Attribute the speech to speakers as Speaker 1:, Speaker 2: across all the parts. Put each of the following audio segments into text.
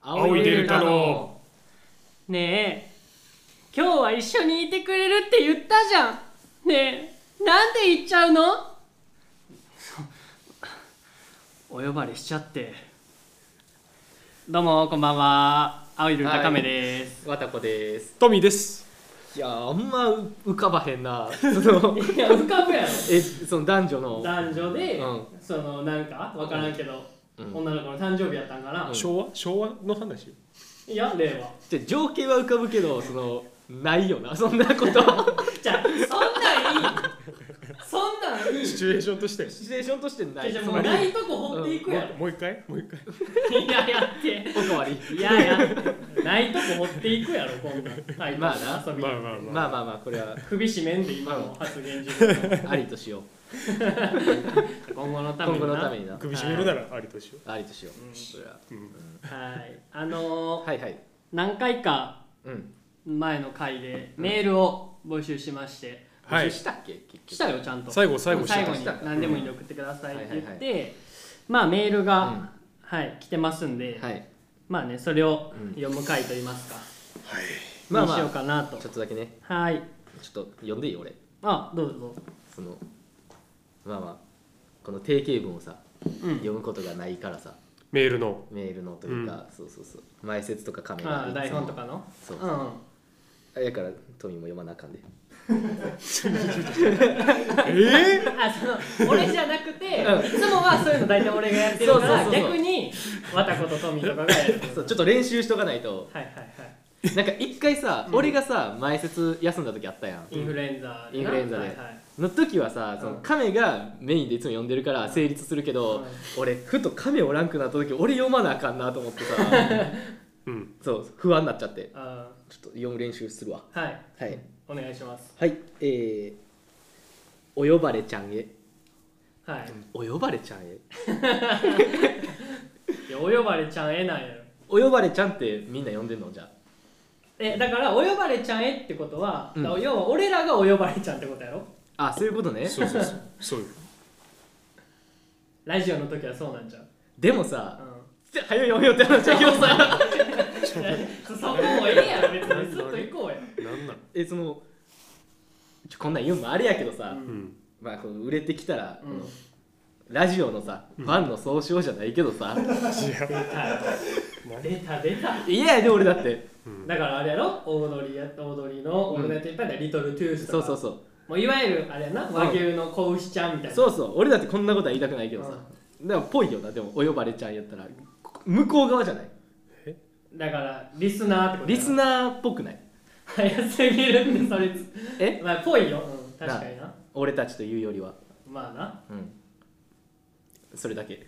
Speaker 1: 青いデルタの
Speaker 2: ねえ今日は一緒にいてくれるって言ったじゃんねえなんで言っちゃうの お呼ばれしちゃってどうもこんばんは青いルタカメです、
Speaker 3: わたこです
Speaker 1: トミーです
Speaker 3: いやあんまう浮かばへんなその
Speaker 2: い、や浮かぶやろ
Speaker 3: えその男女の
Speaker 2: 男女で、
Speaker 3: うん
Speaker 2: そのなんか分からんけど、
Speaker 3: うん
Speaker 2: 女の子の誕生日やったんかな、
Speaker 1: 昭和昭和の話
Speaker 2: いや令和
Speaker 3: じゃ情景は浮かぶけどそのないよなそ んなこと
Speaker 2: じゃあそんなんいいそんなんい い
Speaker 1: シチュエーションとして
Speaker 3: シチュエーションとしてない
Speaker 2: じゃあ
Speaker 3: つ
Speaker 2: も
Speaker 3: ま
Speaker 2: う
Speaker 3: り
Speaker 2: ないとこ掘っていくやろ、
Speaker 1: もう一回もう一回
Speaker 2: いややって
Speaker 3: おかわり
Speaker 2: いややってないとこ持っていくやろこんなんはい
Speaker 3: まあ
Speaker 2: 遊び、
Speaker 1: まあまあま
Speaker 3: ま
Speaker 1: あ、
Speaker 3: あまあまあこれは
Speaker 2: 首絞めんで今の発言自分
Speaker 3: ありとしよう
Speaker 2: 今後のため
Speaker 3: 今後
Speaker 2: にな
Speaker 3: のためにな
Speaker 1: 首絞めるならありとしよ
Speaker 3: ありとしよう、それは
Speaker 1: う、うん
Speaker 2: はいあのー
Speaker 3: はいはい
Speaker 2: 何回か
Speaker 3: うん
Speaker 2: 前の回でメールを募集しまして、
Speaker 1: はい
Speaker 3: 募集したっけ結局
Speaker 2: したよちゃんと
Speaker 1: 最後最後
Speaker 2: 最後
Speaker 3: し
Speaker 2: に
Speaker 3: た
Speaker 2: 何でもいいんで送ってくださいって言って、
Speaker 3: うんはい
Speaker 2: まあメールが、
Speaker 3: うん
Speaker 2: はい来てますんで、
Speaker 3: はい
Speaker 2: まあねそれを
Speaker 3: うん
Speaker 2: 読む回と言いますか、
Speaker 3: まあ
Speaker 2: に
Speaker 3: ま
Speaker 2: しよう
Speaker 3: あ
Speaker 2: かなと、
Speaker 3: ちょっとだけね
Speaker 2: はい
Speaker 3: ちょっと読んでいい俺
Speaker 2: あどうぞ
Speaker 3: そのまあまあこの定型文をさ
Speaker 2: うん
Speaker 3: 読むことがないからさ
Speaker 1: メールの
Speaker 3: メールのというか、そうそうそう前説とかカメラ
Speaker 2: あ台本とかの
Speaker 3: そう
Speaker 2: うんうん
Speaker 3: やからトミーも読まなあかんで
Speaker 1: え
Speaker 2: あその俺じゃなくて、いつもはそういうの大体俺がやってるから
Speaker 3: そうそうそうそう
Speaker 2: 逆にわたことトミーとかがやる
Speaker 3: そうちょっと練習しとかないと
Speaker 2: はいはいはい
Speaker 3: なんか一回さ、俺がさ前説休んだ時あったやん
Speaker 2: インフルエンザでな
Speaker 3: インフルエンザで
Speaker 2: はいはい
Speaker 3: の時はさその亀がメインでいつも呼んでるから成立するけど、
Speaker 2: うん
Speaker 3: 俺ふと亀おらんくなった時俺読まなあかんなと思ってさ
Speaker 1: ー、うん
Speaker 3: そう不安になっちゃって
Speaker 2: あ
Speaker 3: ちょっと読む練習するわ
Speaker 2: ーはい
Speaker 3: はい
Speaker 2: お願いします
Speaker 3: はいえー、お呼ばれちゃんへ
Speaker 2: はい
Speaker 3: お呼ばれちゃんへ
Speaker 2: いやお呼ばれちゃんえなんやろ
Speaker 3: お呼ばれちゃんってみんな呼んでんのじゃあ
Speaker 2: えだからお呼ばれちゃんえってことは、
Speaker 3: うん
Speaker 2: だから要は俺らがお呼ばれちゃんってことやろ
Speaker 3: あそういうことね
Speaker 1: そうそうそうそういう
Speaker 2: ラジオの時はそうなんじゃう、
Speaker 3: でもさ
Speaker 2: う
Speaker 3: 「早い読めよ」って話だけどさ
Speaker 2: ん、いやそそこもええやろ別にずっと行こうや
Speaker 1: なんなん
Speaker 3: えそのちょこんなん言うのもあれやけどさ、
Speaker 2: うん
Speaker 1: うん
Speaker 3: まあこの売れてきたら、
Speaker 2: うん
Speaker 3: このラジオのさ、ファンの総称じゃないけどさ
Speaker 2: はい出た出た
Speaker 3: いやいやで俺だって
Speaker 1: うん
Speaker 2: だからあれやろオードリーやオードリーのオールナイトいっぱいでリトルトゥースと
Speaker 3: そう
Speaker 2: か
Speaker 3: そうそう
Speaker 2: もういわゆるあれやな和牛の子牛ちゃんみたいな
Speaker 3: そうそう俺だってこんなことは言いたくないけどさ、でもぽいよなでもお呼ばれちゃんやったらこ向こう側じゃない
Speaker 2: だからリスナーってこと
Speaker 3: リス
Speaker 2: ナー
Speaker 3: ナーっぽくない
Speaker 2: 早すぎるんでそれつ
Speaker 3: え
Speaker 2: まあぽいよ、うん、確かにな
Speaker 3: 俺たちというよりは
Speaker 2: まあな
Speaker 3: うんそれだけ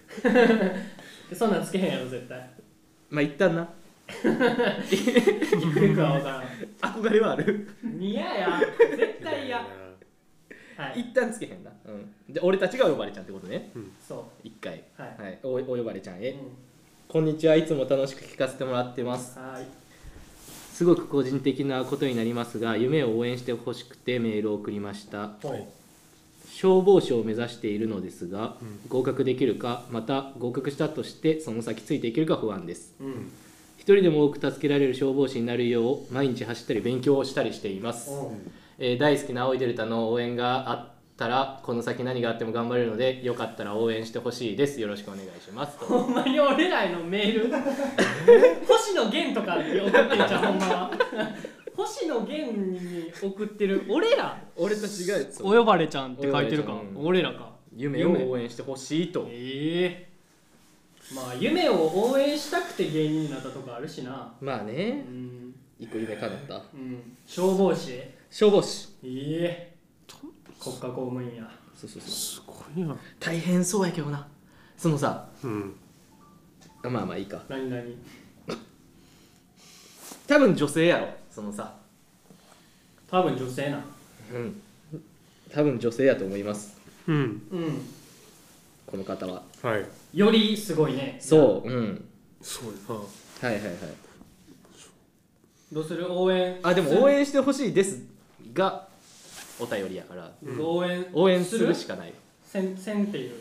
Speaker 2: そんなんつけへんやろ絶対
Speaker 3: まあ一旦な
Speaker 2: 行くかわか らん
Speaker 3: 憧れはある
Speaker 2: 嫌や絶対嫌はい
Speaker 3: 一旦つけへんな、うん、で俺たちがお呼ばれちゃんってことね
Speaker 2: そ
Speaker 3: 一回、
Speaker 2: うはい、
Speaker 3: はい、おお呼ばれちゃんへ、
Speaker 2: うん
Speaker 3: こんにちはいつも楽しく聞かせてもらってます
Speaker 2: はい
Speaker 3: すごく個人的なことになりますが夢を応援してほしくてメールを送りました
Speaker 2: ほう
Speaker 3: 消防士を目指しているのですが、
Speaker 1: うん
Speaker 3: 合格できるかまた合格したとしてその先ついていけるか不安です
Speaker 2: うん
Speaker 3: 一人でも多く助けられる消防士になるよう毎日走ったり勉強をしたりしています、
Speaker 2: おう
Speaker 3: えー大好きな青いデルタの応援があったらこの先何があっても頑張れるのでよかったら応援してほしいですよろしくお願いしますと
Speaker 2: ほんまに俺らへのメール星野源とかに送ってんじゃんほんまは星野源に送ってる俺ら
Speaker 3: 俺たちが
Speaker 2: お呼ばれちゃんって書いてるか
Speaker 3: お呼ばれちゃん
Speaker 2: 俺らか
Speaker 3: 夢を応援してほしいと
Speaker 2: ええまあ夢を応援したくて芸人になったとこあるしな
Speaker 3: まあ
Speaker 2: う
Speaker 3: ね
Speaker 2: ん、
Speaker 3: 一個夢叶った
Speaker 2: うん、消防士え
Speaker 3: 消防士
Speaker 2: え国家公務員や
Speaker 3: そうそうそう
Speaker 1: すごいな
Speaker 3: 大変そうやけどなそのさ
Speaker 1: うん
Speaker 3: あまあまあいいか
Speaker 2: 何何
Speaker 3: 多分女性やろそのさ
Speaker 2: 多分女性な
Speaker 3: うん多分女性やと思います
Speaker 1: うん
Speaker 2: うん
Speaker 3: この方は
Speaker 1: はい
Speaker 2: よりすごいね
Speaker 3: そううん
Speaker 1: そうやな
Speaker 3: はいはいはい
Speaker 2: どうする応援
Speaker 3: あでも応援してほしいですがお便りやから
Speaker 1: うん
Speaker 2: 応援
Speaker 3: 応援するしかない
Speaker 2: せんせんっていう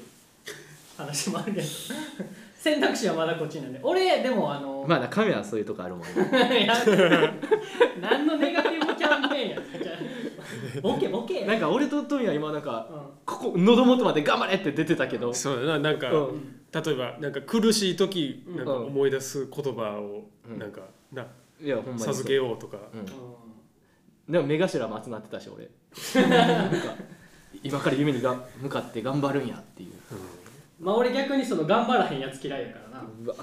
Speaker 2: 話もあるけどせ選択肢はまだこっちなんで俺でもあの、
Speaker 3: まあな亀はそういうとこあるもんね
Speaker 2: いや何のネガティブキャンペーンやじゃあボケボ ケ
Speaker 3: なんか俺とトミは今なんか
Speaker 2: うん
Speaker 3: ここ喉元まで頑張れって出てたけど
Speaker 1: そうやななんか、
Speaker 3: うん
Speaker 1: 例えばなんか苦しい時
Speaker 2: うん
Speaker 1: なんか思い出す言葉を
Speaker 3: うん
Speaker 1: なんか、ない
Speaker 3: やほんまにそう
Speaker 1: 授けようとか、
Speaker 3: うん
Speaker 2: う
Speaker 3: でも目頭も集まってたし俺なんか今から夢にが向かって頑張るんやっていうん
Speaker 2: まあ俺逆にその頑張らへんやつ嫌いやからな
Speaker 3: うわ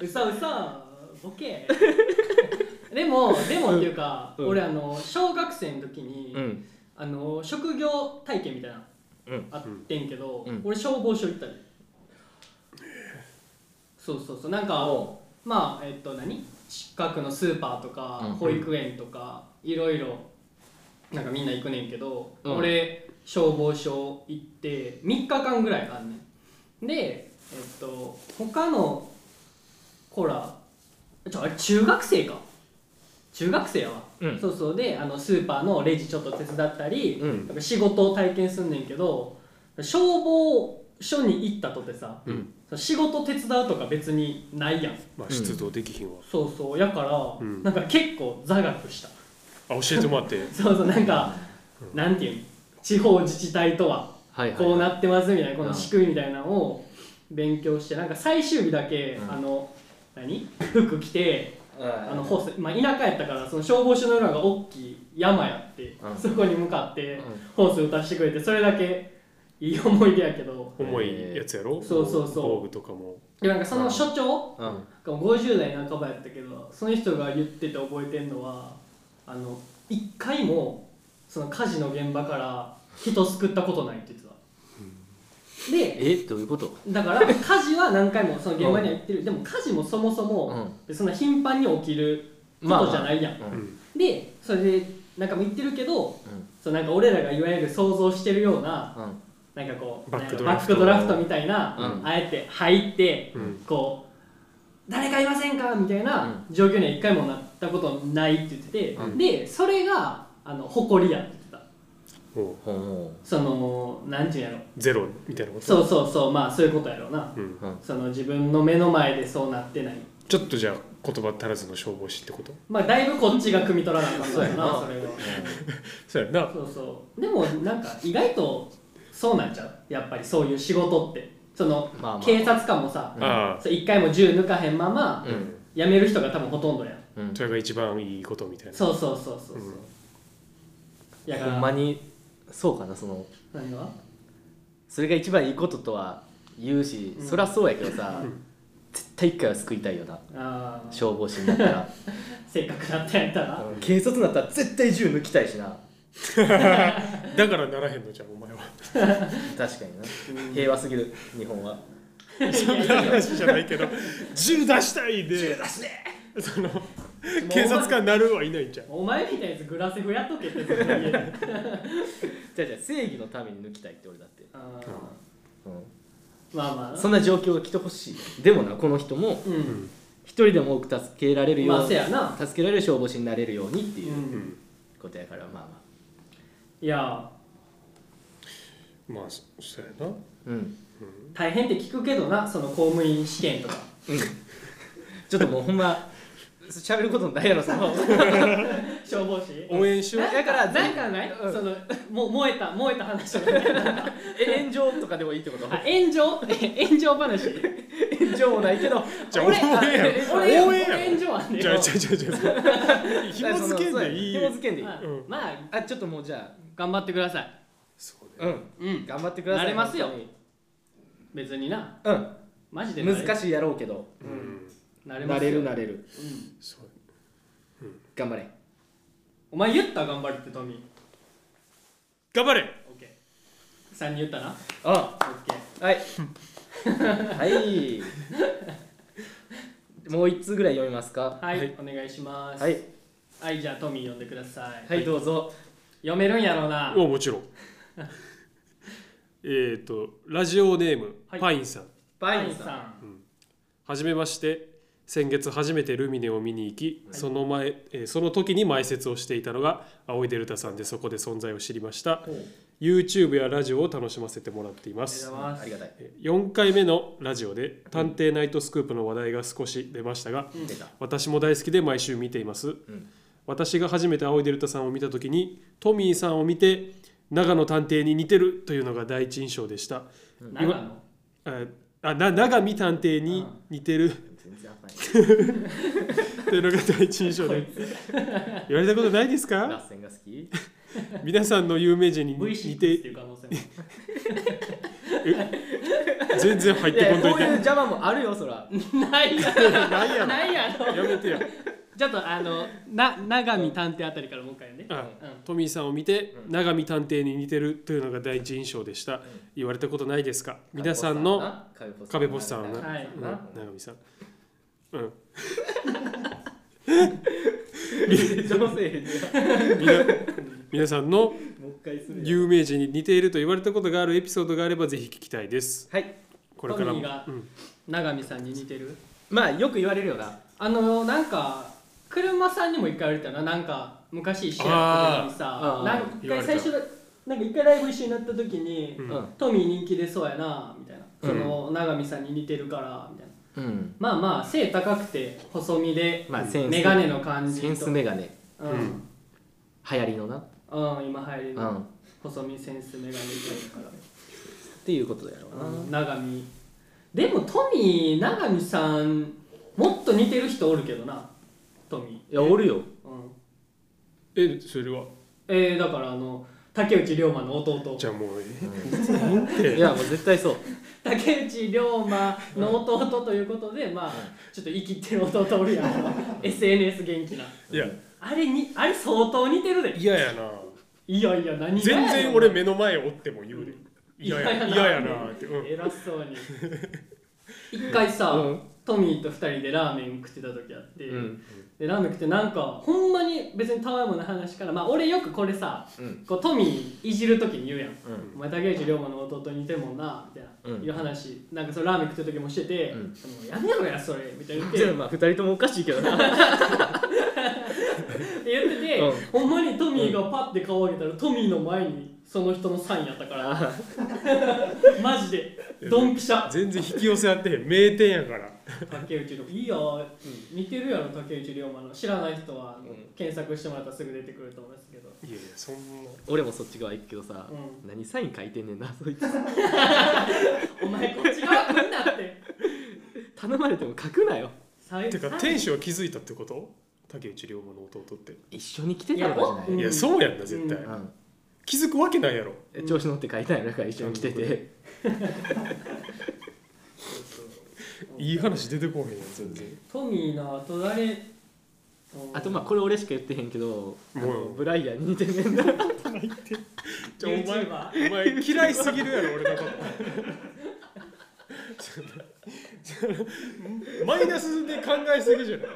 Speaker 2: うさうさボケ でもでもっていうか、
Speaker 3: うん
Speaker 2: 俺あの小学生の時に、
Speaker 3: うん
Speaker 2: あの職業体験みたいなの
Speaker 3: うん
Speaker 2: あってんけど、
Speaker 3: うん
Speaker 2: 俺消防署行ったり、そうそうそうなんか
Speaker 3: お
Speaker 2: まあえっと何近くのスーパーとか
Speaker 3: うん
Speaker 2: 保育園とかいろいろなんかみんな行くねんけど、
Speaker 3: うん
Speaker 2: 俺消防署行って3日間ぐらいあんねんでえっと他の子らちょあれ中学生か中学生やわ、
Speaker 3: うん
Speaker 2: そうそうであのスーパーのレジちょっと手伝ったり、
Speaker 3: うん
Speaker 2: なんか仕事を体験すんねんけど消防署に行ったとてさ、
Speaker 1: うん
Speaker 2: その仕事手伝うとか別にないやん
Speaker 1: まあ出動できひんわ、
Speaker 2: そうそうやから、
Speaker 1: うん
Speaker 2: なんか結構座学した
Speaker 1: あ教えてもらって
Speaker 2: そうそうなんか、なんていうの地方自治体とは
Speaker 3: はいはい
Speaker 2: こうなってますみたいなこ
Speaker 3: う
Speaker 2: の
Speaker 3: ん
Speaker 2: 仕組みみたいなのを勉強してなんか最終日だけ、
Speaker 3: うん
Speaker 2: あの何服着てあ
Speaker 3: あ
Speaker 2: のホース、まあ、田舎やったからその消防署の裏が大きい山やって、
Speaker 3: うん
Speaker 2: そこに向かって
Speaker 3: うん
Speaker 2: ホース打たしてくれてそれだけいい思い出やけど
Speaker 1: 重いやつやろ、
Speaker 2: そうそうそう
Speaker 1: 防具とかも
Speaker 2: でなんかその所長
Speaker 3: うんうん
Speaker 2: が50代半ばやったけどその人が言ってて覚えてんのはあの一回もその火事の現場から人救ったことないって言ってた、で
Speaker 3: えどういうこと
Speaker 2: だから火事は何回もその現場には行ってる、でも火事もそもそも、そんな頻繁に起きることじゃないやん、
Speaker 3: まあまあ
Speaker 1: うん
Speaker 2: でそれでなんかも言ってるけど
Speaker 3: うん
Speaker 2: そうなんか俺らがいわゆる想像してるような
Speaker 3: うん
Speaker 2: なんかこう
Speaker 1: バックド
Speaker 2: なん
Speaker 1: ラ
Speaker 2: かバッ
Speaker 1: フ
Speaker 2: ク
Speaker 1: ト
Speaker 2: ドラフトみたいな、
Speaker 3: うん
Speaker 2: あえて入って、
Speaker 1: うん
Speaker 2: こう誰かいませんかみたいな状況には一回もなったことないって言ってて、
Speaker 1: うん
Speaker 2: でそれがあの誇りやって言ってた
Speaker 1: もう
Speaker 3: ほう
Speaker 2: そのなんていうんやろ
Speaker 1: ゼロみたいなこと
Speaker 2: そうそうそうまあそういうことやろうな、
Speaker 1: うん
Speaker 3: うん
Speaker 2: その自分の目の前でそうなってない
Speaker 1: ちょっとじゃあ言葉足らずの消防士ってこと
Speaker 2: まあだいぶこっちが汲み取らなあかったよな
Speaker 3: そうやな
Speaker 2: それは
Speaker 1: そうやな
Speaker 2: そうそうでもなんか意外とそうなんちゃうやっぱりそういう仕事ってその、
Speaker 3: まあまあ
Speaker 2: 警察官もさ、
Speaker 3: うん
Speaker 1: あ
Speaker 2: そう一回も銃抜かへんまま、
Speaker 1: あ、
Speaker 3: うん
Speaker 2: 辞める人が多分ほとんどやん
Speaker 3: うん
Speaker 1: それが一番いいことみたいな
Speaker 2: そうそうそうそうそう、
Speaker 1: うん
Speaker 2: やか
Speaker 3: ほ
Speaker 2: ら
Speaker 3: んまにそうかなその
Speaker 2: 何が
Speaker 3: それが一番いいこととは言うし、
Speaker 2: うん
Speaker 3: そりゃそうやけどさ絶対一回は救いたいよな
Speaker 2: あー
Speaker 3: 消防士になったら
Speaker 2: せっかくなったんやったら、
Speaker 3: うん警察になったら絶対銃抜きたいしな
Speaker 1: だからならへんのじゃんお前は
Speaker 3: 確かにな平和すぎる日本は
Speaker 1: そんな話じゃないけど銃出したいでその警察官なるはいないんじゃん
Speaker 2: お前みたいなやつグラセフやっとけってその家で
Speaker 3: じゃじゃ正義のために抜きたいって俺だって、
Speaker 2: あー
Speaker 3: う
Speaker 2: まあまあ
Speaker 3: ん、そんな状況が来てほしいでもなこの人も
Speaker 2: う
Speaker 1: うんん
Speaker 3: 一人でも多く助けられるよ
Speaker 2: ま
Speaker 3: う
Speaker 2: あ
Speaker 3: に、
Speaker 2: せやな
Speaker 3: 助けられる消防士になれるようにって
Speaker 2: う
Speaker 3: いうんことやから、まあま
Speaker 2: いや
Speaker 1: まあそそうやな
Speaker 3: あうん
Speaker 2: 大変って聞くけどなその公務員試験とか
Speaker 3: ちょっともうほんま喋ることないやろそ の
Speaker 2: 消防士
Speaker 1: 応援しよう
Speaker 3: だから
Speaker 2: なんかない、
Speaker 3: うん
Speaker 2: そのもう燃えた燃えた話とか
Speaker 3: え炎上とかでもいいってこと
Speaker 2: あ炎上 炎上話
Speaker 3: 炎上もないけど
Speaker 1: じゃあ
Speaker 3: 俺
Speaker 1: 応援やろ
Speaker 3: あ
Speaker 2: 俺
Speaker 1: 応援やろ
Speaker 2: 俺炎上はねん
Speaker 1: じゃあじゃあじゃあじゃあ紐付けんでいい
Speaker 3: そうや紐付けんでいい
Speaker 2: まあ
Speaker 1: うん
Speaker 2: まあ
Speaker 3: あちょっともうじゃ
Speaker 2: 頑張ってください
Speaker 1: そう
Speaker 3: あ
Speaker 1: ね
Speaker 3: うん
Speaker 2: うん
Speaker 3: 頑張ってください
Speaker 2: 慣れますよ
Speaker 3: 本
Speaker 2: 別にな
Speaker 3: 当に
Speaker 2: マジで
Speaker 3: うん難
Speaker 2: し
Speaker 3: しいやろうけど
Speaker 1: うん
Speaker 2: い慣れま
Speaker 3: 慣
Speaker 2: す
Speaker 3: れ
Speaker 2: よ
Speaker 3: る慣れる
Speaker 2: うん
Speaker 1: そう
Speaker 3: 頑張れ
Speaker 2: お前言った頑張れってトミー
Speaker 1: 頑張れ
Speaker 2: オッケー3人言ったな
Speaker 3: あ
Speaker 2: オッケー
Speaker 3: はいはいもう一通ぐらい読みますか
Speaker 2: はい、お願いします
Speaker 3: はい、
Speaker 2: はいじゃあトミー呼んでください、
Speaker 3: はい、どうぞ
Speaker 2: 読めるんやろうな
Speaker 1: おもちろん えっとラジオネーム
Speaker 2: はい
Speaker 1: パインさん
Speaker 3: パインさん
Speaker 2: ん
Speaker 1: はじめまして先月初めてルミネを見に行き、その前、えーその時に前説をしていたのが青井デルタさんでそこで存在を知りました
Speaker 2: おう
Speaker 1: YouTube やラジオを楽しませてもらっていま
Speaker 2: ありが
Speaker 1: す
Speaker 2: とうございます
Speaker 3: ありがたい
Speaker 1: えー4回目のラジオで「探偵ナイトスクープ」の話題が少し出ましたが、
Speaker 3: 出た
Speaker 1: 私も大好きで毎週見ています、
Speaker 3: ん
Speaker 1: 私が初めて青いデルタさんを見た時にトミーさんを見て長野探偵に似てるというのが第一印象でした、
Speaker 2: 長野
Speaker 1: ああな長見探偵に似てる
Speaker 3: 全然わかんない
Speaker 1: というのが第一印象で言われたことないです
Speaker 3: ラ
Speaker 1: か
Speaker 3: ッセンが好き
Speaker 1: 皆さんの有名人に
Speaker 2: V
Speaker 1: 似
Speaker 2: シッ
Speaker 1: 似
Speaker 2: クスってていう可能性も
Speaker 1: 全然入ってこんとい
Speaker 3: こう
Speaker 1: て
Speaker 3: いう邪魔もあるよそら
Speaker 2: ないや
Speaker 1: ないや
Speaker 2: ろないやろ
Speaker 1: ろやめてよ
Speaker 2: ちょっとあのな長見探偵あたりからもう一回ね
Speaker 1: あ
Speaker 2: うん
Speaker 1: トミーさんを見て長見探偵に似てるというのが第一印象でした言われたことないですか皆さんの壁ポスターはな、
Speaker 2: はい
Speaker 1: うん
Speaker 3: な
Speaker 1: 長見さんうん
Speaker 3: 女性
Speaker 1: みな皆さんの
Speaker 3: もう一回する
Speaker 1: 有名人に似ていると言われたことがあるエピソードがあればぜひ聞きたいです
Speaker 3: はい
Speaker 1: これから
Speaker 2: ト
Speaker 1: も
Speaker 2: ミーが
Speaker 1: うん
Speaker 2: 長見さんに似てる
Speaker 3: まあよく言われるよな
Speaker 2: あのなんか車さんにも一回言われたななんか昔一緒やってた時にさ
Speaker 3: あー
Speaker 2: なん
Speaker 1: 言わ
Speaker 2: か
Speaker 1: れた
Speaker 2: 最初のなんか一回ライブ一緒になった時に、
Speaker 1: うん
Speaker 3: うん
Speaker 2: トミー人気出そうやなみたいな、
Speaker 3: うん
Speaker 2: その長見さんに似てるからみたいな
Speaker 3: うん
Speaker 2: まあまあ背高くて細身で、
Speaker 3: まあセンス
Speaker 2: メガネの感じ
Speaker 3: センス
Speaker 2: と
Speaker 3: メガネ
Speaker 2: うん、
Speaker 1: うん
Speaker 3: 流行りのなっ
Speaker 2: うん、今入り
Speaker 3: う
Speaker 2: の、
Speaker 3: ん
Speaker 2: 細身センスメガネだか
Speaker 3: ていうことやろう
Speaker 2: ら、
Speaker 3: な
Speaker 2: 長見でもトミー長見さんもっと似てる人おるけどなトミ
Speaker 3: いやおるよ
Speaker 2: ー、うん、
Speaker 1: えそれは
Speaker 2: えー、だからあの竹内涼真の弟
Speaker 1: じゃあもうえ
Speaker 3: いやもう絶対そう
Speaker 2: 竹内涼真の弟ということで、まあちょっと生きてる弟おるやんあの SNS 元気ない
Speaker 1: や
Speaker 2: あれにあれ相当似てるで
Speaker 1: 嫌やな
Speaker 2: いやいや何がやね
Speaker 1: 全
Speaker 2: ん
Speaker 1: 然俺目の前おっても言うで嫌や嫌やなってうん
Speaker 2: 偉そうに一回さ、
Speaker 3: うん
Speaker 2: トミーと二人でラーメン食ってた時あって、
Speaker 3: うん
Speaker 2: でラーメン食ってなんかほんまに別にたわいもない話からまあ俺よくこれさ、
Speaker 3: うん
Speaker 2: こうトミーいじる時に言うやん
Speaker 3: うん
Speaker 2: 「お前竹内涼真の弟に似てるもんな」みたいな、
Speaker 3: うん
Speaker 2: いう話なんかそのラーメン食ってる時もしてて
Speaker 3: う
Speaker 2: 「
Speaker 3: ん
Speaker 2: もうやめろやそれ」みたいな言って
Speaker 3: じゃあまあ二人ともおかしいけどな
Speaker 2: って言ってて、
Speaker 3: うん
Speaker 2: ほんまにトミーがパッて顔上げたら、トミーの前にその人のサインやったから マジでドンピシャ
Speaker 1: 全然引き寄せ合ってへん名店やから
Speaker 2: 竹内涼真いいよ、似てるやろ竹内涼真の知らない人は、
Speaker 3: ん
Speaker 2: 検索してもらったらすぐ出てくると思いますけど
Speaker 1: いやいやそんな
Speaker 3: 俺もそっち側行くけどさ
Speaker 2: う
Speaker 3: 何サイン書いてんねんなそいつ
Speaker 2: お前こっち側来ん なって
Speaker 3: 頼まれても書くなよ
Speaker 2: サイン
Speaker 1: てか
Speaker 2: サイン
Speaker 1: 天使は気づいたってこと竹内涼真の弟って
Speaker 3: 一緒に来てたとかじゃない
Speaker 2: うん
Speaker 1: いやそうやんな絶対
Speaker 2: う
Speaker 3: うん
Speaker 1: 気づくわけないやろ
Speaker 3: え調子乗って書いたんやろだから一緒に来てて
Speaker 1: いい話出てこへんやん全然
Speaker 2: トミーの後誰うん
Speaker 3: あとまあこれ俺しか言ってへんけどあの
Speaker 1: うん
Speaker 3: ブライアンに似てんね んな
Speaker 1: じゃあお前
Speaker 2: YouTuber
Speaker 1: お前嫌いすぎるやろ俺のことマイナスで考えすぎじゃない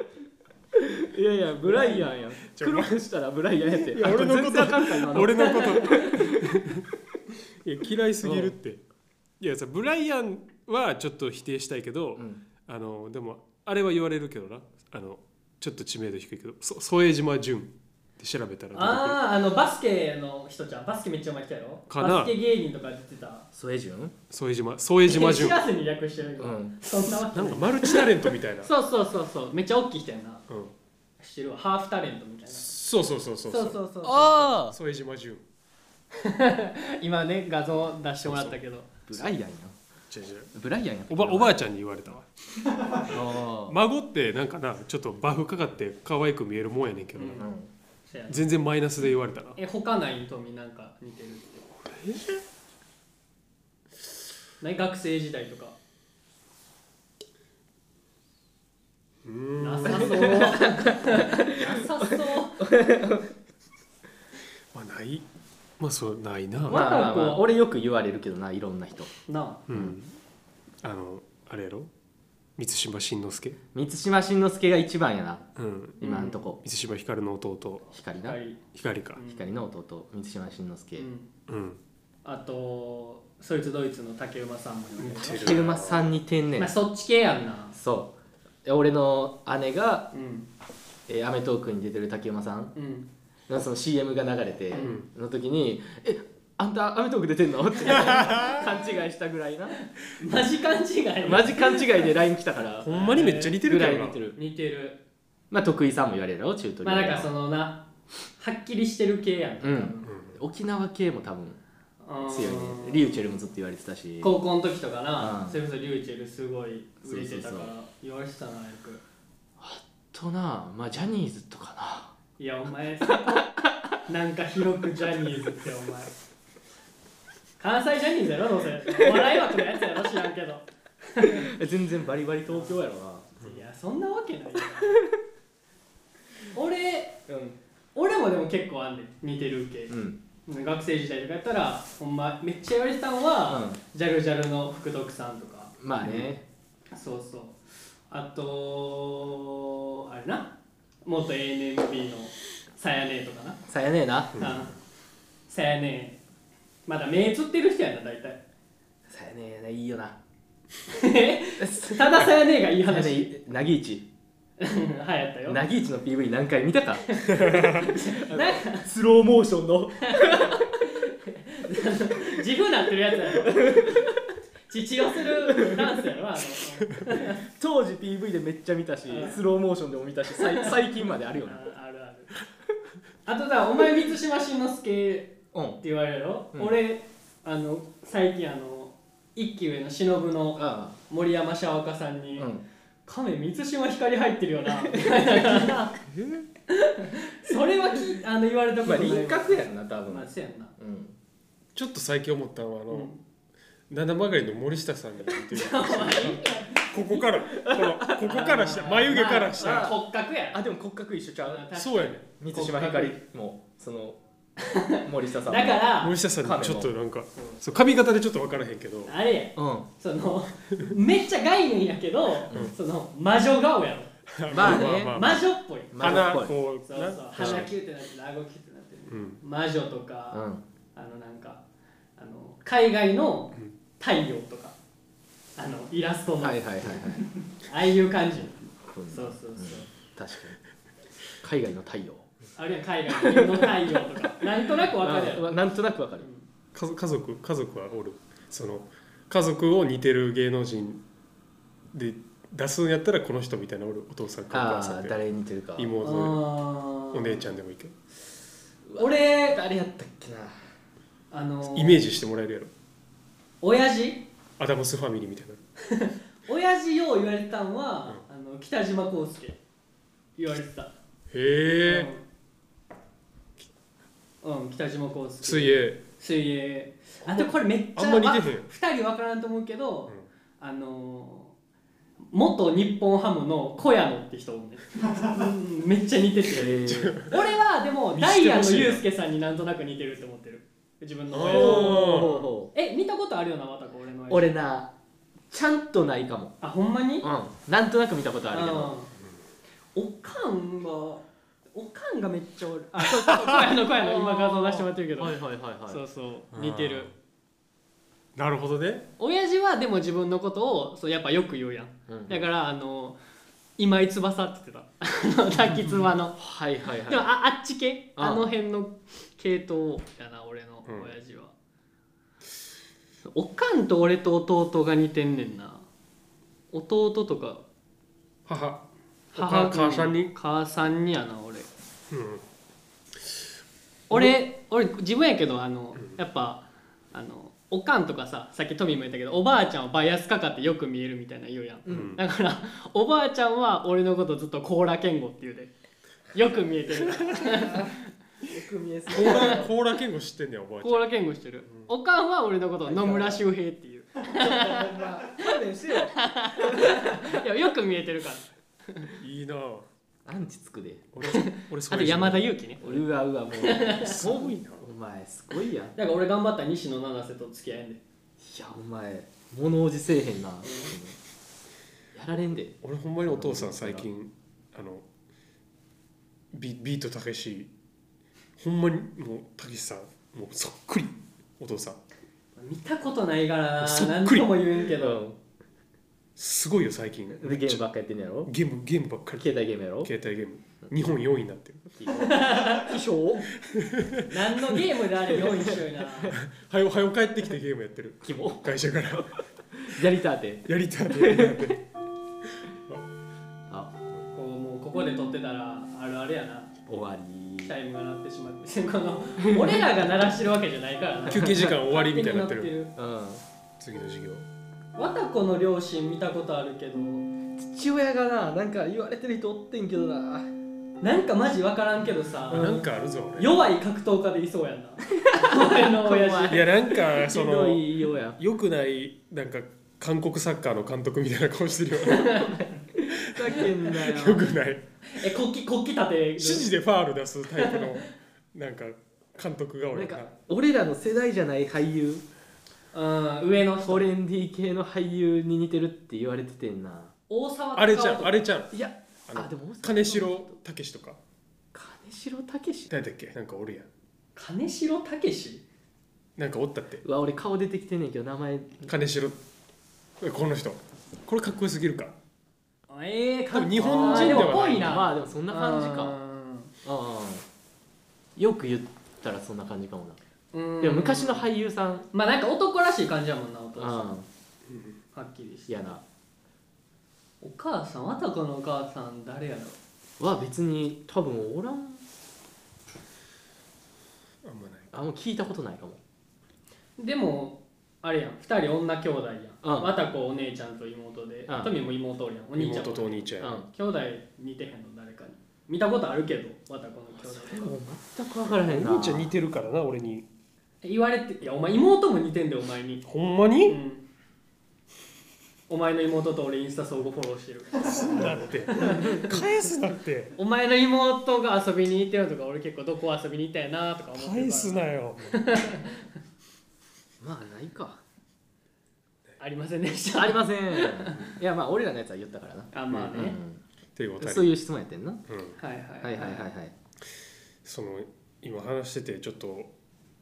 Speaker 3: いやいや、ブライアンやん。
Speaker 1: ちょ
Speaker 3: 黒くしたらブライアンやって。
Speaker 1: いや俺のこと
Speaker 3: あ全然あかんか今の
Speaker 1: 俺のこといや嫌いすぎるっていやさブライアンはちょっと否定したいけど、
Speaker 3: うん
Speaker 1: あのでもあれは言われるけどなあのちょっと知名度低いけどそ添島純って調べたら出てくる
Speaker 2: あああのバスケの人じゃんバスケめっちゃうまい人やろ
Speaker 1: かな
Speaker 2: バスケ芸人とか出てた
Speaker 3: 添え順
Speaker 1: 添島添島
Speaker 2: 知
Speaker 1: 純
Speaker 2: らずに略してるけど、
Speaker 3: うん
Speaker 2: そんなわけ
Speaker 1: な
Speaker 2: なんい
Speaker 1: かマルチタレントみたいな、
Speaker 2: そうそうそうそうめっちゃ大きい人やな
Speaker 1: うん、
Speaker 2: 知ってるわハーフタレントみたいなそ
Speaker 1: そうそうそうそう
Speaker 2: うそうそうそう
Speaker 3: ああ
Speaker 1: 添島純
Speaker 2: 今ね画像出してもらったけど
Speaker 3: ブライアンやん。
Speaker 1: 違う違う
Speaker 3: ブライアンやん。
Speaker 1: おばおばあちゃんに言われたわ
Speaker 3: あー
Speaker 1: 孫ってなんかなちょっとバフかかって可愛く見えるもんやねんけどな、
Speaker 2: うんそやな
Speaker 1: 全然マイナスで言われたな
Speaker 2: え他ないとみなんか似てるってない学生時代とか
Speaker 1: うーん
Speaker 2: なさそうなさそう
Speaker 1: まあないまあそうないな、
Speaker 3: まあまあま
Speaker 2: 若い子
Speaker 3: あ、
Speaker 2: は
Speaker 3: 俺よく言われるけどな、いろんな人。
Speaker 2: な
Speaker 1: うんあのあれやろ満島真之介
Speaker 3: 満島真之介が一番やな、
Speaker 1: うん
Speaker 3: 今んとこ。
Speaker 1: 満島ひかるの弟
Speaker 3: 光
Speaker 2: あ
Speaker 3: な
Speaker 2: は。い、
Speaker 1: ひかりか
Speaker 3: 光の弟、満島真之介
Speaker 2: う。ん、
Speaker 1: うん
Speaker 2: あとそいつドイツの竹馬さんもいる
Speaker 1: 似てる
Speaker 3: 竹馬さんに似てんね
Speaker 2: まあ
Speaker 3: ん。
Speaker 2: そっち系やんな
Speaker 3: そう。俺の姉が
Speaker 2: うん
Speaker 3: 『えーアメトーク』に出てる竹馬さん
Speaker 2: うん
Speaker 3: のその CM が流れて
Speaker 2: うん
Speaker 3: の時に「えあんた『アメトーク』出てんの?」って勘違いしたぐらいな
Speaker 2: マジ勘違い
Speaker 3: マジ勘違いで LINE 来たから
Speaker 1: ほんまにめっちゃ似てるけど
Speaker 3: ぐら似
Speaker 1: ない
Speaker 3: てる
Speaker 2: 似てる
Speaker 3: まあ徳井さんも言われるだろチュートリ
Speaker 2: ま
Speaker 3: ア
Speaker 2: あ
Speaker 3: ル
Speaker 2: なんかそのなはっきりしてる系やんか、
Speaker 3: うん沖縄系も多分
Speaker 2: うん
Speaker 3: 強いねリューチェルもずっと言われてたし
Speaker 2: 高校の時とかな、
Speaker 3: うん
Speaker 2: それこそリューチェルすごい売れてたから
Speaker 3: そうそう
Speaker 2: 言われてたなよく
Speaker 3: となまあジャニーズとかない
Speaker 2: やお前 なんか広くジャニーズってお前関西ジャニーズやろどうせお笑い枠のやつやろ知らんけど
Speaker 3: え全然バリバリ東京やろない
Speaker 2: やそんなわけないよ俺
Speaker 3: うん
Speaker 2: 俺もでも結構あんねん似てる系
Speaker 3: う、ん
Speaker 2: 学生時代とかやったらほんまめっちゃ言われてたんは、
Speaker 3: うん
Speaker 2: ジャルジャルの福徳さんとか
Speaker 3: まあね
Speaker 2: そうそうあとあれな元 ANMB のさやねえとかな
Speaker 3: さやねえな
Speaker 2: あさやねまだ目つってる人やな大体
Speaker 3: さやねえないいよな
Speaker 2: たださやねえがいい
Speaker 3: さやね
Speaker 2: 話
Speaker 3: えなぎいち
Speaker 2: はやったよ
Speaker 3: なぎいちの PV 何回見たか
Speaker 2: なんか
Speaker 3: スローモーションの
Speaker 2: 自分なってるやつや ろ父をするダンスやろあの
Speaker 3: 当時 PV でめっちゃ見たし
Speaker 2: うん
Speaker 3: スローモーションでも見たしさ い最近まであるよな
Speaker 2: ああるあるあとさお前満島真之介って
Speaker 3: うん
Speaker 2: 言われるやろ、
Speaker 3: うん
Speaker 2: 俺あの最近あの一期上の忍の
Speaker 3: ああ
Speaker 2: 森山シャワカさん
Speaker 3: う
Speaker 2: に、
Speaker 3: ん
Speaker 2: 亀満島ひかり入ってる よなそれはきあの言われたこ
Speaker 3: まあ
Speaker 2: とないわ
Speaker 3: 輪郭やんな多
Speaker 2: まあ
Speaker 3: 分
Speaker 2: そうやんな
Speaker 3: うん
Speaker 1: ちょっと最近思ったのはあの、
Speaker 2: うん
Speaker 1: 七曲がりの森下さんに似てるここからこのここからした眉毛からした
Speaker 2: まあ
Speaker 1: ら
Speaker 2: 骨格や
Speaker 3: あでも骨格一緒ちゃう
Speaker 2: あ
Speaker 1: そうやね
Speaker 3: 満島ひかりもそ の森下さんも
Speaker 2: だから
Speaker 1: 森下さん
Speaker 3: 亀
Speaker 1: に
Speaker 3: も
Speaker 1: ちょっとなんかそう髪型でちょっと分からへんけど
Speaker 2: あれや
Speaker 3: うん
Speaker 2: そのめっちゃ概念やけど、その魔女顔や
Speaker 3: まあね
Speaker 2: ろ魔女っぽい
Speaker 3: まあ
Speaker 1: 鼻
Speaker 3: まあ
Speaker 1: こう
Speaker 2: そう
Speaker 1: な
Speaker 2: そう鼻キューってなってる顎キューってなって
Speaker 1: う
Speaker 2: る
Speaker 1: ん
Speaker 2: 魔女と
Speaker 3: う
Speaker 2: か、
Speaker 3: ん
Speaker 2: あのなんかあの海外の
Speaker 1: うん
Speaker 2: 太陽とかあのイラストの、
Speaker 3: はいはいはいはい
Speaker 2: ああいう感じ
Speaker 3: そう
Speaker 2: そうそうそう、
Speaker 3: 確かに海外の太陽
Speaker 2: あるいは海外の太陽とかなんとなくわかるやろ、
Speaker 3: あなんとなくわかる
Speaker 1: 家族家族家族はおるその家族を似てる芸能人で出すんやったらこの人みたいなおるお父さんかお母さ
Speaker 3: あ
Speaker 1: ん
Speaker 3: あ
Speaker 1: で
Speaker 3: 誰に似てるか
Speaker 2: う
Speaker 1: 妹
Speaker 2: ん、
Speaker 1: お姉ちゃんでもいいけど
Speaker 2: 俺
Speaker 3: 誰やったっけな
Speaker 2: あの
Speaker 1: イメージしてもらえるやろ
Speaker 2: 親父
Speaker 1: アダムスファミリーみたいな
Speaker 2: 親父よう言われてたんは、あの北島康介言われてた
Speaker 1: へえ
Speaker 2: うん、うん、北島康介
Speaker 1: 水泳
Speaker 2: 水泳あとこれめっちゃ
Speaker 1: あんま似てへん
Speaker 2: わ二人分からんと思うけど、
Speaker 1: うん
Speaker 2: あのー元日本ハムの小屋野って人おんねん うんめっちゃ似てて
Speaker 3: えー
Speaker 2: 俺はでも
Speaker 1: 見
Speaker 2: ダ
Speaker 1: し
Speaker 2: イ
Speaker 1: て
Speaker 2: ヤ
Speaker 1: ほ
Speaker 2: の
Speaker 1: しいな
Speaker 2: ユースケさんになんとなく似てるって思ってる自分の親
Speaker 1: お
Speaker 2: 父
Speaker 1: ー
Speaker 3: ほうほうほう
Speaker 2: え似たことあるよなまたこ俺の親父
Speaker 3: 俺なちゃんとないかも
Speaker 2: あほんまに
Speaker 3: うんなんとなく見たことあるけど
Speaker 2: うんおかんはおかんがめっちゃおるあそうそう小屋の小屋の今画像出してもらってるけど、
Speaker 3: はいはいはいはい
Speaker 2: そうそう似てる
Speaker 1: なるほどね
Speaker 2: 親父はでも自分のことをそうやっぱよく言うやん
Speaker 3: うん
Speaker 2: だからあの今井翼って言ってたあの滝つばの
Speaker 3: はいはいはい
Speaker 2: でもああっち系
Speaker 3: あ
Speaker 2: あの辺の系統やな俺の親父は、おかんと俺と弟が似てんねんな弟とか
Speaker 1: 母母母さんに
Speaker 2: 母さんにやな俺
Speaker 1: うん
Speaker 2: 俺俺自分やけどあのやっぱあのおかんとかささっきトミーも言ったけどおばあちゃんはバイアスかかってよく見えるみたいな言うやん、
Speaker 1: ん
Speaker 2: だからおばあちゃんは俺のことずっと甲羅健吾って言うでよく見えてる
Speaker 1: コー ラコーラ健吾知ってんねんおばあち
Speaker 2: 甲羅健吾してる、おかんは俺のことを野村周平っていういやよく見えてるから
Speaker 1: ゃんいいなぁ
Speaker 3: アンチつくで
Speaker 1: 俺俺そ
Speaker 2: あ
Speaker 1: うい
Speaker 2: と
Speaker 1: う人
Speaker 2: 山田裕貴ね
Speaker 3: うわうわもうす
Speaker 1: ごいな
Speaker 3: お前すごいやんい
Speaker 2: だから俺頑張ったら西野七瀬と付き合えんで
Speaker 3: やお前物おじせえへんなやられんで
Speaker 1: 俺ほんまにお父さん最近あのビビートたけしほんまにもうたけしさんもうそっくりお父さん
Speaker 2: 見たことないからな
Speaker 1: そっ
Speaker 2: 何
Speaker 1: くり
Speaker 2: とも言えんけ
Speaker 3: け
Speaker 2: ど、
Speaker 3: ど
Speaker 1: すごいよ最近
Speaker 3: でゲームばっかやってんねやろ
Speaker 1: ゲームゲームばっかり
Speaker 3: 携帯ゲームやろ
Speaker 1: 携帯ゲーム日本4位になってる
Speaker 3: 衣装
Speaker 2: 何のゲームであれ用意しような
Speaker 1: はよはよ帰ってきてゲームやってる
Speaker 3: キモ
Speaker 1: 会社から
Speaker 3: やりたて
Speaker 1: やりたいってやりたいって
Speaker 3: あ
Speaker 2: こうもうここで撮ってたらあるあれやな
Speaker 3: 終わり
Speaker 2: タイムが鳴ってしまってこ の俺らが鳴らしてるわけじゃないからな
Speaker 1: 休憩時間終わりみたいになって
Speaker 2: 勝手
Speaker 1: る
Speaker 2: に鳴
Speaker 3: うん
Speaker 1: 次の授業
Speaker 2: 綿子の両親見たことあるけど
Speaker 3: 父親がななんか言われてる人おってんけどな
Speaker 2: なんかマジ分からんけどさ、
Speaker 1: あなんかあるぞ俺
Speaker 2: 弱い格闘家でいそう やんな俺の親父
Speaker 1: いや なんかそ
Speaker 3: ひど
Speaker 1: の
Speaker 3: いようや
Speaker 1: よくないなんか韓国サッカーの監督みたいな顔してるよね
Speaker 3: ふざけんなよ
Speaker 1: よくない
Speaker 2: え国旗国旗立てる
Speaker 1: 指示でファール出すタイプの なんか監督が
Speaker 3: な
Speaker 1: 俺
Speaker 3: ん
Speaker 1: が
Speaker 3: か俺らの世代じゃない俳優
Speaker 2: うん上の
Speaker 3: ト
Speaker 2: 人
Speaker 3: レンディー系の俳優に似てるって言われててんな
Speaker 2: 大沢
Speaker 1: あれちゃ
Speaker 2: ん
Speaker 1: んあれちゃん
Speaker 3: いや
Speaker 1: あの
Speaker 3: あでも大阪の
Speaker 1: 金城武とか
Speaker 3: 金城武志
Speaker 1: 誰だっけなんかおるやん
Speaker 2: 金城武史
Speaker 1: なんかおったって
Speaker 3: うわ俺顔出てきてんねんけど名前
Speaker 1: 金城えこの人これかっこよすぎるか
Speaker 2: ええー、
Speaker 1: 多分日本人ではない
Speaker 2: あーもぽいな、
Speaker 3: まあでもそんな感じか
Speaker 2: う
Speaker 3: ああよく言ったらそんな感じかもな、
Speaker 2: ん
Speaker 3: でも昔の俳優さん
Speaker 2: まあなんか男らしい感じやもんなお父さんは
Speaker 3: ああ
Speaker 2: っきりして
Speaker 3: 嫌な
Speaker 2: お母さんあたこのお母さん誰やろ
Speaker 3: は別に多分おらん
Speaker 1: あんまない
Speaker 3: あんま聞いたことないかも
Speaker 2: でもあれやん2人女兄弟や
Speaker 3: うん
Speaker 2: んわたこお姉ちゃんと妹で
Speaker 3: うん
Speaker 2: トミも妹おるやんお兄ちゃん
Speaker 1: 妹
Speaker 2: も
Speaker 1: とお兄ちゃんや
Speaker 3: うん
Speaker 2: 兄弟似てへんの誰かに見たことあるけどわたこの兄弟
Speaker 3: それも全く分からへんな
Speaker 1: お兄ちゃん似てるからな俺に
Speaker 2: 言われていやお前妹も似てんだよお前に
Speaker 1: ほんま
Speaker 2: う
Speaker 1: に
Speaker 2: んお前の妹と俺インスタ相互フォローしてる
Speaker 1: だって返すなって
Speaker 2: お前の妹が遊びに行ってるのとか俺結構どこ遊びに行ったよなとか思ってるから
Speaker 1: 返すなよ
Speaker 3: まあないか
Speaker 2: ありませんでした
Speaker 3: ありませんいやまあ俺らのやつは言ったからな、
Speaker 2: あまあね、
Speaker 1: っていうお
Speaker 3: うん、
Speaker 1: 便
Speaker 3: そう
Speaker 1: り
Speaker 3: いう質問やってんな
Speaker 1: うん
Speaker 2: はい
Speaker 3: は
Speaker 2: はいい
Speaker 3: はいはいはい
Speaker 1: その今話しててちょっと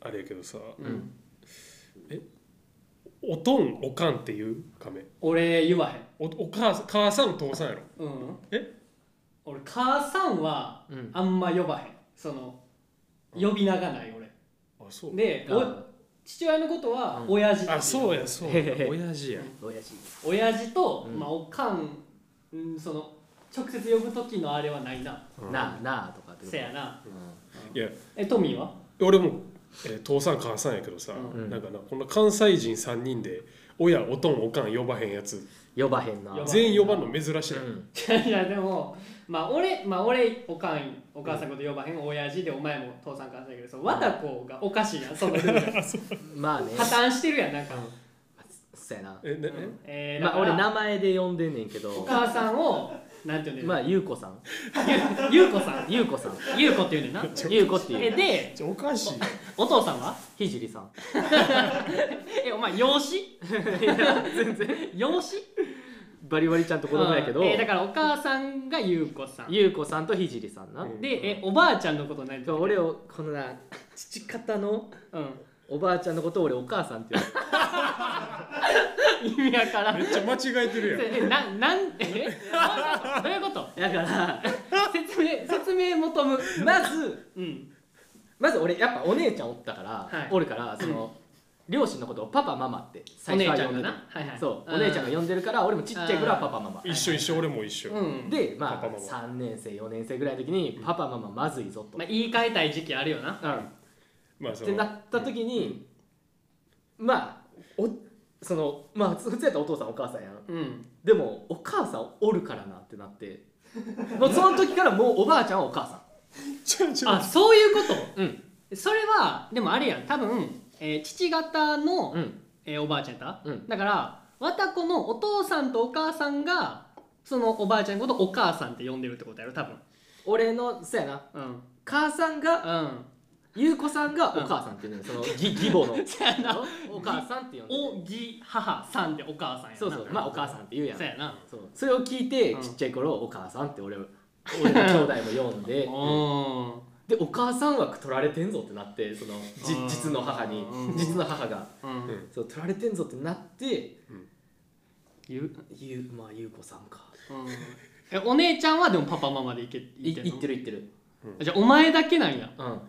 Speaker 1: あれやけどさ
Speaker 2: うん、
Speaker 1: おとんおかんっていうカメ
Speaker 2: 俺言わへん
Speaker 1: おお母さん母さん父さんやろ
Speaker 2: うん
Speaker 1: え
Speaker 2: 俺母さんは
Speaker 3: うん
Speaker 2: あんま呼ばへんその呼び名がない俺
Speaker 1: あそう
Speaker 2: でお
Speaker 3: あ
Speaker 2: 父親のことは
Speaker 3: うん
Speaker 2: 親父ってい
Speaker 1: あそう
Speaker 2: や
Speaker 1: やそう
Speaker 3: へへへ
Speaker 1: や親父や
Speaker 3: 親父
Speaker 2: 親父と、
Speaker 3: うん
Speaker 2: まあ、おかん、うん、その直接呼ぶ時のあれはない な
Speaker 1: うん
Speaker 3: なあなあとかってこと
Speaker 2: せやな
Speaker 3: う
Speaker 1: いや
Speaker 2: えトミーは
Speaker 1: 俺も、えー父さん母さんやけどさ、
Speaker 2: うん
Speaker 1: なんかなこの関西人3人で親おとんおかん呼ばへんやつ
Speaker 3: ん呼ばへんな
Speaker 2: 呼ばへん
Speaker 1: 全員呼ばんの珍しいな、
Speaker 3: うん
Speaker 2: いやいやでもまあ俺まあ俺おかんお母さんのこと呼ばへん親父でお前も父さん母さんやけどそう綿子がおかしいやんそのルール
Speaker 3: まあね
Speaker 2: 破綻してるやんなんか、
Speaker 3: そうやな
Speaker 1: えね
Speaker 2: うんえー、だ
Speaker 3: まあ
Speaker 2: から
Speaker 3: 俺名前で呼んでんねんけ
Speaker 2: お
Speaker 3: ど
Speaker 2: 母さんをなんて言うねん
Speaker 3: まあゆうこさん
Speaker 2: ゆうこさん
Speaker 3: ゆうこさん
Speaker 2: ゆうこって言うねんな
Speaker 3: ゆうこってい
Speaker 2: え
Speaker 3: う
Speaker 2: で
Speaker 1: えおかしいよ
Speaker 2: お父さんは
Speaker 3: ひじりさん
Speaker 2: えお前養子全然養子
Speaker 3: バリバリちゃんと子供やけど
Speaker 2: うんえだからお母さんがゆうこさん
Speaker 3: ゆうこさんとひじりさんな
Speaker 1: うん
Speaker 2: でえおばあちゃんのこと何て言う
Speaker 3: 俺をこのな父方の
Speaker 2: うん
Speaker 3: おばあちゃんのことを俺お母さんって言う
Speaker 2: 意味わからん
Speaker 1: めっちゃ間違えて るやん
Speaker 2: えななんえ どういうこと
Speaker 3: だから
Speaker 2: 説明説明求む
Speaker 3: まず
Speaker 2: うん
Speaker 3: まず俺やっぱお姉ちゃんおったから、
Speaker 2: はい
Speaker 3: おるからその、両親のことをパパママって
Speaker 2: お
Speaker 3: 最
Speaker 2: 姉
Speaker 3: 初は
Speaker 2: ちゃ
Speaker 3: 呼
Speaker 2: ん
Speaker 3: ん
Speaker 2: が
Speaker 3: で
Speaker 2: な
Speaker 3: た
Speaker 2: はいはい
Speaker 3: そうお姉ちゃんが呼んでるから俺もちっちゃい頃はパパママ
Speaker 1: 一緒一緒俺も一緒、
Speaker 2: うんで、
Speaker 3: でま
Speaker 1: パパ
Speaker 3: あ
Speaker 1: ママ
Speaker 3: 3年生4年生ぐらいの時にパパママまずいぞと、
Speaker 2: まあ、言い換えたい時期あるよな
Speaker 3: うん
Speaker 1: まあそ
Speaker 3: ってな
Speaker 1: の
Speaker 3: った時に、まあおそのまあ普通やったらお父さんお母さんやん
Speaker 2: うん
Speaker 3: でもお母さんおるからなってな ってもうその時からもうおばあちゃんはお母さ
Speaker 1: ちょちょ
Speaker 2: あそういうこ
Speaker 3: んうん
Speaker 2: とそれはでもあれやん多分、えー父方の、
Speaker 3: うん
Speaker 2: えーおばあちゃんやっ
Speaker 3: う
Speaker 2: た、
Speaker 3: ん
Speaker 2: だから綿子のお父さんとお母さんがそのおばあちゃんのことお母さんって呼んでるってことやろ多分
Speaker 3: 俺のそうやな
Speaker 2: うん
Speaker 3: 母さんが
Speaker 2: うん
Speaker 3: 優子さんがお母さんっていうのよその義義母の
Speaker 2: そやな
Speaker 3: お母さんって呼んでる
Speaker 2: おぎ母さんでお母さんやな
Speaker 3: そうそうまあお母さんって言うやん
Speaker 2: そやな
Speaker 3: そうそれを聞いて
Speaker 2: うん
Speaker 3: ちっちゃい頃お母さんって俺を俺の兄弟も呼ん で
Speaker 2: お
Speaker 3: でお母さん枠取られてんぞってなってそのじ
Speaker 2: うん
Speaker 3: 実の母に
Speaker 2: うん
Speaker 3: 実の母が
Speaker 2: ーうん
Speaker 1: うん
Speaker 3: そう取られてんぞってなって、
Speaker 1: うん
Speaker 2: ゆゆまあ優子さんかえお姉ちゃんはでもパパママでいけ
Speaker 3: い
Speaker 2: い
Speaker 3: 行って
Speaker 2: る
Speaker 3: る行ってる
Speaker 2: のじゃあお前だけなんや
Speaker 3: うん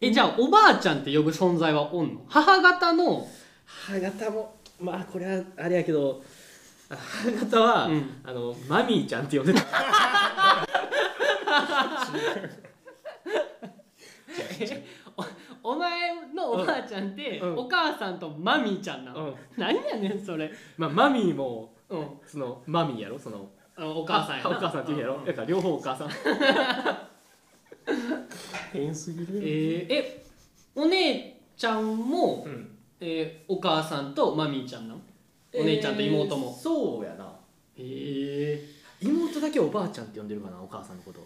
Speaker 2: えじゃあおばあちゃんって呼ぶ存在はおんの母方の
Speaker 4: 歯型もまあこれはあれやけど歯型は、
Speaker 2: うん
Speaker 4: あのマミーちゃんって呼んでた
Speaker 2: お前のおばあちゃんって、
Speaker 4: うん
Speaker 2: お母さんとマミーちゃんな
Speaker 4: う
Speaker 2: の、
Speaker 4: ん
Speaker 2: なん、何やねんそれ、
Speaker 4: まあマミーも
Speaker 2: うん、
Speaker 4: そのマミーやろその
Speaker 2: あのお母さんやな
Speaker 4: お母さんって言うやろ、
Speaker 2: うん
Speaker 4: だから両方お母さん
Speaker 1: 変すぎ
Speaker 2: え
Speaker 1: る
Speaker 2: ーえお姉ちゃんも、
Speaker 4: うん
Speaker 2: えーお母さんとマミーちゃんなのお姉ちゃんと妹
Speaker 3: えー
Speaker 2: も
Speaker 3: そうやな
Speaker 2: へえ
Speaker 3: 妹だけおばあちゃんって呼んでるかなお母さんのこと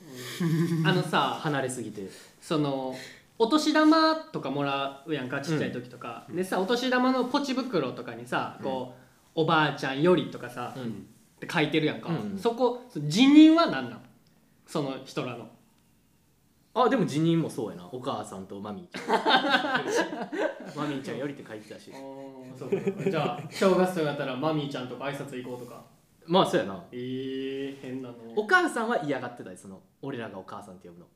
Speaker 2: あのさ
Speaker 3: 離れすぎて
Speaker 2: そのお年玉とかもらうやんかちっちゃい時とか、でさお年玉のポチ袋とかにさこう、おばあちゃんよりとかさ、
Speaker 3: うん
Speaker 2: って書いてるやんか、
Speaker 3: うん
Speaker 2: そこそ辞任は何なのその人らの
Speaker 3: あでも辞任もそうやなお母さんとマミーち ゃんマミーちゃんよりって書いてたし
Speaker 2: そうかじゃあ正月とかやったらマミーちゃんとか挨拶行こうとか
Speaker 3: まあそうやな
Speaker 2: えー、変なの
Speaker 3: お母さんは嫌がってたでその俺らがお母さんって呼ぶの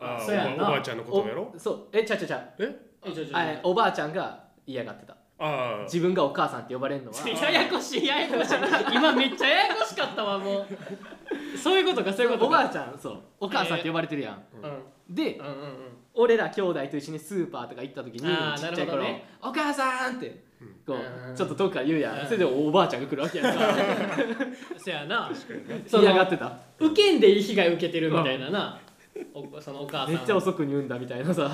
Speaker 1: あー
Speaker 2: そうやな
Speaker 1: おばおばあちゃんのことをやろ
Speaker 3: おそうえちゃうちゃうちゃう
Speaker 1: え
Speaker 2: えちょちょちょ
Speaker 3: あえおばあちゃんが嫌がってた
Speaker 1: ああ
Speaker 3: 自分がお母さんって呼ばれるのは
Speaker 2: ややこしいややこしい今めっちゃややこしかったわもうそういうことかそういうこと
Speaker 3: おばあ
Speaker 2: か
Speaker 3: ちゃんそうお母さんって呼ばれてるやん、
Speaker 2: うんうん
Speaker 3: で
Speaker 2: うんうん
Speaker 3: 俺ら兄弟と一緒にスーパーとか行った時に
Speaker 2: あー
Speaker 3: ちっちゃい頃、
Speaker 2: なる
Speaker 3: お母さん」ってこう、
Speaker 2: うん
Speaker 3: ちょっと遠くから言うやん、
Speaker 2: うん
Speaker 3: それでおばあちゃんが来るわけやんか
Speaker 2: そやな そ
Speaker 3: 嫌がっ
Speaker 2: の
Speaker 3: てた
Speaker 2: 受けんでいい被害受けてるみたいなな、おそのお母さん
Speaker 3: めっちゃ遅くに産んだみたいな さ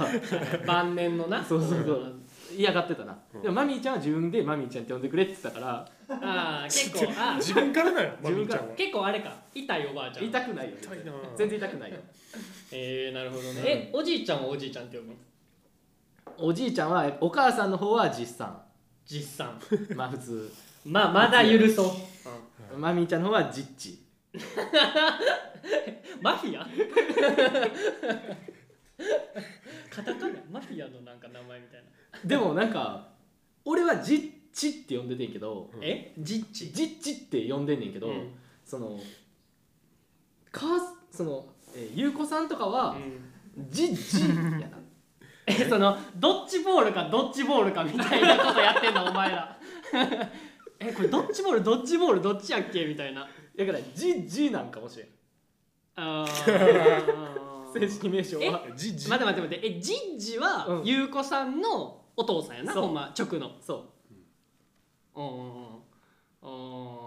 Speaker 2: 晩年のな
Speaker 3: そうそうそう嫌がってたな、でもマミーちゃんは自分でマミーちゃんって呼んでくれって言ってたから
Speaker 2: ああ結構あ
Speaker 1: 自分からだよマ
Speaker 3: 自
Speaker 1: ミ
Speaker 3: 分
Speaker 1: ー
Speaker 3: か
Speaker 1: ち
Speaker 3: ら
Speaker 1: ゃんは
Speaker 2: 結構あれか痛いおばあちゃん
Speaker 3: 痛くないよ
Speaker 1: 痛いな
Speaker 3: 全然痛くないよ
Speaker 2: えー、なるほどねえおじいちゃんはおじいちゃんって呼ぶの
Speaker 3: おじいちゃんはお母さんの方は実産
Speaker 2: 実産
Speaker 3: まあ普通
Speaker 2: まあまだ許そう、
Speaker 3: マミーちゃんの方は実地
Speaker 2: マフィアカタカナマフィアのなんか名前みたいな
Speaker 3: でもなんか俺は実地って呼んでてんけど
Speaker 1: うん
Speaker 2: え
Speaker 3: 実地実地って呼んでんねんけど、
Speaker 2: うん
Speaker 3: そのかその、えー、ゆうこさんとかは実地やな
Speaker 2: えそのドッジボールかドッジボールかみたいなことやってんのお前らえこれドッジボールドッジボールどっちやっけみたいな
Speaker 3: だから実地なんかもしれん
Speaker 2: あー
Speaker 3: 正式名称は
Speaker 1: じじ
Speaker 2: 待って待って待ってえジッジは
Speaker 3: うん
Speaker 2: 優子さんのお父さんやな、
Speaker 3: そう
Speaker 2: ほんま直の
Speaker 3: そう
Speaker 2: うんうんうん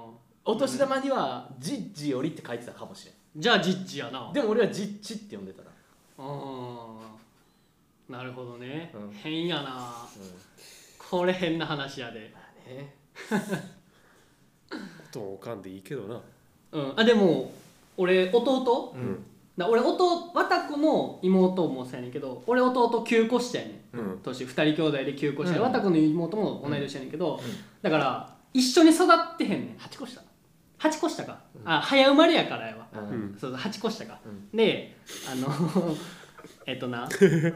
Speaker 2: うん
Speaker 3: お年玉には「ジッジより」って書いてたかもしれん
Speaker 2: じゃあジッジやな
Speaker 3: でも俺は「ジッチ」って呼んでたな、
Speaker 2: うんなるほどね、
Speaker 3: うん
Speaker 2: 変
Speaker 3: う
Speaker 2: やな
Speaker 3: ん
Speaker 2: これ変な話やで
Speaker 3: まあね、
Speaker 1: とおかんでいいけどな
Speaker 2: うんあでも俺弟
Speaker 1: うん
Speaker 2: な俺弟綿子の妹もそうやねんけど俺弟9個下やねん
Speaker 1: うん
Speaker 2: 年2人兄弟で9個下で
Speaker 3: うん
Speaker 2: 綿子の妹も同い年やねんけど、
Speaker 3: ん
Speaker 2: だから一緒に育ってへんねん
Speaker 3: 8個下
Speaker 2: 8個下か、あ早生まれやからやわ
Speaker 3: う
Speaker 1: うん
Speaker 2: そうそう8個下か、
Speaker 3: うん
Speaker 2: であの えっとな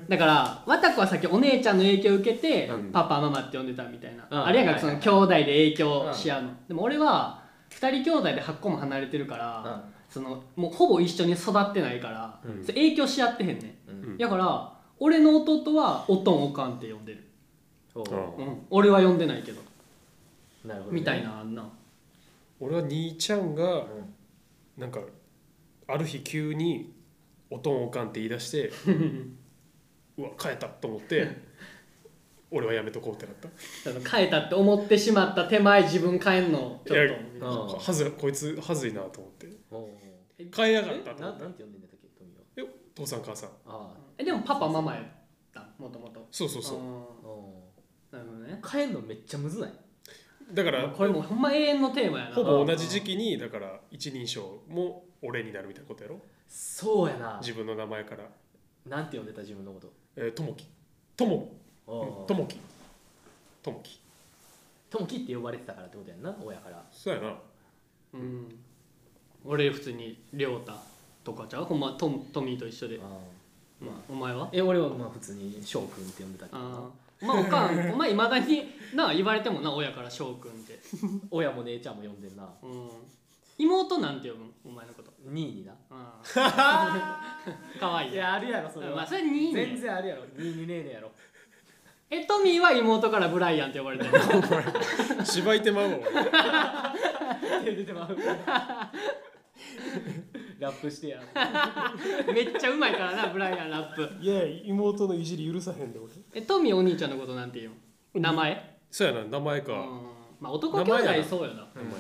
Speaker 2: だから綿子はさっきお姉ちゃんの影響を受けて、
Speaker 1: うん
Speaker 2: パパママって呼んでたみたいな、
Speaker 3: うん
Speaker 2: あれやからその
Speaker 3: はい
Speaker 2: 兄弟で影響し合うの、でも俺は2人兄弟で8個も離れてるから、そのもうほぼ一緒に育ってないから、
Speaker 1: うん
Speaker 2: それ影響し合ってへんね
Speaker 3: うん
Speaker 2: んだから俺の弟はおとんおかんって呼んでる、
Speaker 3: お
Speaker 1: あ
Speaker 3: う
Speaker 1: あ
Speaker 2: うん、俺は呼んでないけど、
Speaker 3: なるほどね、
Speaker 2: みたいなあんな
Speaker 1: 俺は兄ちゃんが
Speaker 3: ん
Speaker 1: なんかある日急におとんおかんって言い出して うわ変えたと思って俺はやめとこうってなった
Speaker 2: その変えたって思ってしまった手前自分変えんのちょっ
Speaker 1: い
Speaker 2: と
Speaker 3: やうん
Speaker 1: はずこいつはずいなと思って
Speaker 3: おう
Speaker 1: 変えやがった
Speaker 3: な
Speaker 1: と思
Speaker 3: なん
Speaker 1: って
Speaker 3: て呼んでんだっけ富よ
Speaker 1: え父さん母さん
Speaker 3: ああ
Speaker 2: えでもパパママやったもともと
Speaker 1: そうそうそう
Speaker 3: お
Speaker 2: なるほどね
Speaker 3: う変えんのめっちゃむずない
Speaker 1: だか
Speaker 2: もう
Speaker 1: ら
Speaker 2: これもうほんま永遠のテーマやな
Speaker 1: ほぼ同じ時期にだから一人称も俺になるみたいなことやろ
Speaker 3: そうやな
Speaker 1: 自分の名前から
Speaker 3: なんて呼んでた自分のこと
Speaker 1: えーともきとも
Speaker 3: おう
Speaker 1: ともきともき
Speaker 3: ともきって呼ばれてたからってことやんな親から
Speaker 1: そう やな
Speaker 2: うん俺普通に亮太とかちゃうほんまトムトミーと一緒で、
Speaker 3: ああ
Speaker 2: まあ、お前は
Speaker 3: え俺はまあ普通に翔くんって呼んでたけどな
Speaker 2: あまあお かんお前いまだにな言われてもな親から翔くんって
Speaker 3: 親も姉ちゃんも呼んでんな
Speaker 2: うん妹なんて呼ぶんお前のこと
Speaker 3: 2位にな
Speaker 2: ああかわいい
Speaker 4: いやあるやろそれ
Speaker 2: まあ
Speaker 4: は
Speaker 2: それ2位ね
Speaker 4: 全然あるやろ2にねえねやろ
Speaker 2: えトミーは妹からブライアンって呼ばれてる
Speaker 1: 芝居手間も
Speaker 4: 手出てまうラップしてや
Speaker 2: めっちゃうまいからなブライアンラップ
Speaker 1: いや妹のいじり許さへんで俺
Speaker 2: えトミーお兄ちゃんのことなんて言うの名前
Speaker 1: そうやな名前
Speaker 2: う
Speaker 1: か、
Speaker 2: ん
Speaker 1: 名
Speaker 2: まあ男兄
Speaker 1: 名前や
Speaker 2: 弟
Speaker 1: な
Speaker 2: そうよな
Speaker 1: 前、うん、
Speaker 2: なる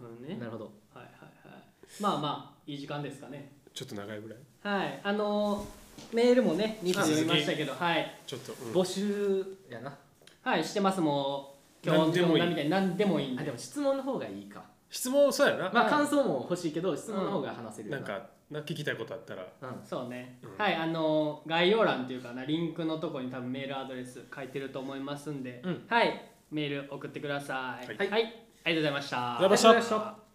Speaker 2: ほどね
Speaker 3: なるほど
Speaker 2: はいはいはいまあまあいい時間ですかね
Speaker 1: ちょっと長いぐらい
Speaker 2: はいあのーメールもね2通読みましたけどはい
Speaker 1: ちょっと、うん
Speaker 3: 募集やな
Speaker 2: はいしてますもう今
Speaker 1: 何
Speaker 2: 日
Speaker 1: で
Speaker 2: の
Speaker 1: もいい
Speaker 2: みたいに何でもいい
Speaker 3: あ
Speaker 2: んで
Speaker 3: でも質問の方がいいか
Speaker 1: 質問そうやな、
Speaker 3: ま
Speaker 2: は
Speaker 3: あ
Speaker 2: い
Speaker 3: 感想も欲しいけど質問の方が話せるよ
Speaker 1: なんかな聞きたいことあったら
Speaker 3: うん
Speaker 2: そうね、
Speaker 1: うん
Speaker 2: はいあのー概要欄っていうかなリンクのとこに多分メールアドレス書いてると思いますんで、
Speaker 3: うん
Speaker 2: はいメール送ってください
Speaker 1: はい
Speaker 2: はい、ありがとうございました
Speaker 1: ありがとうございました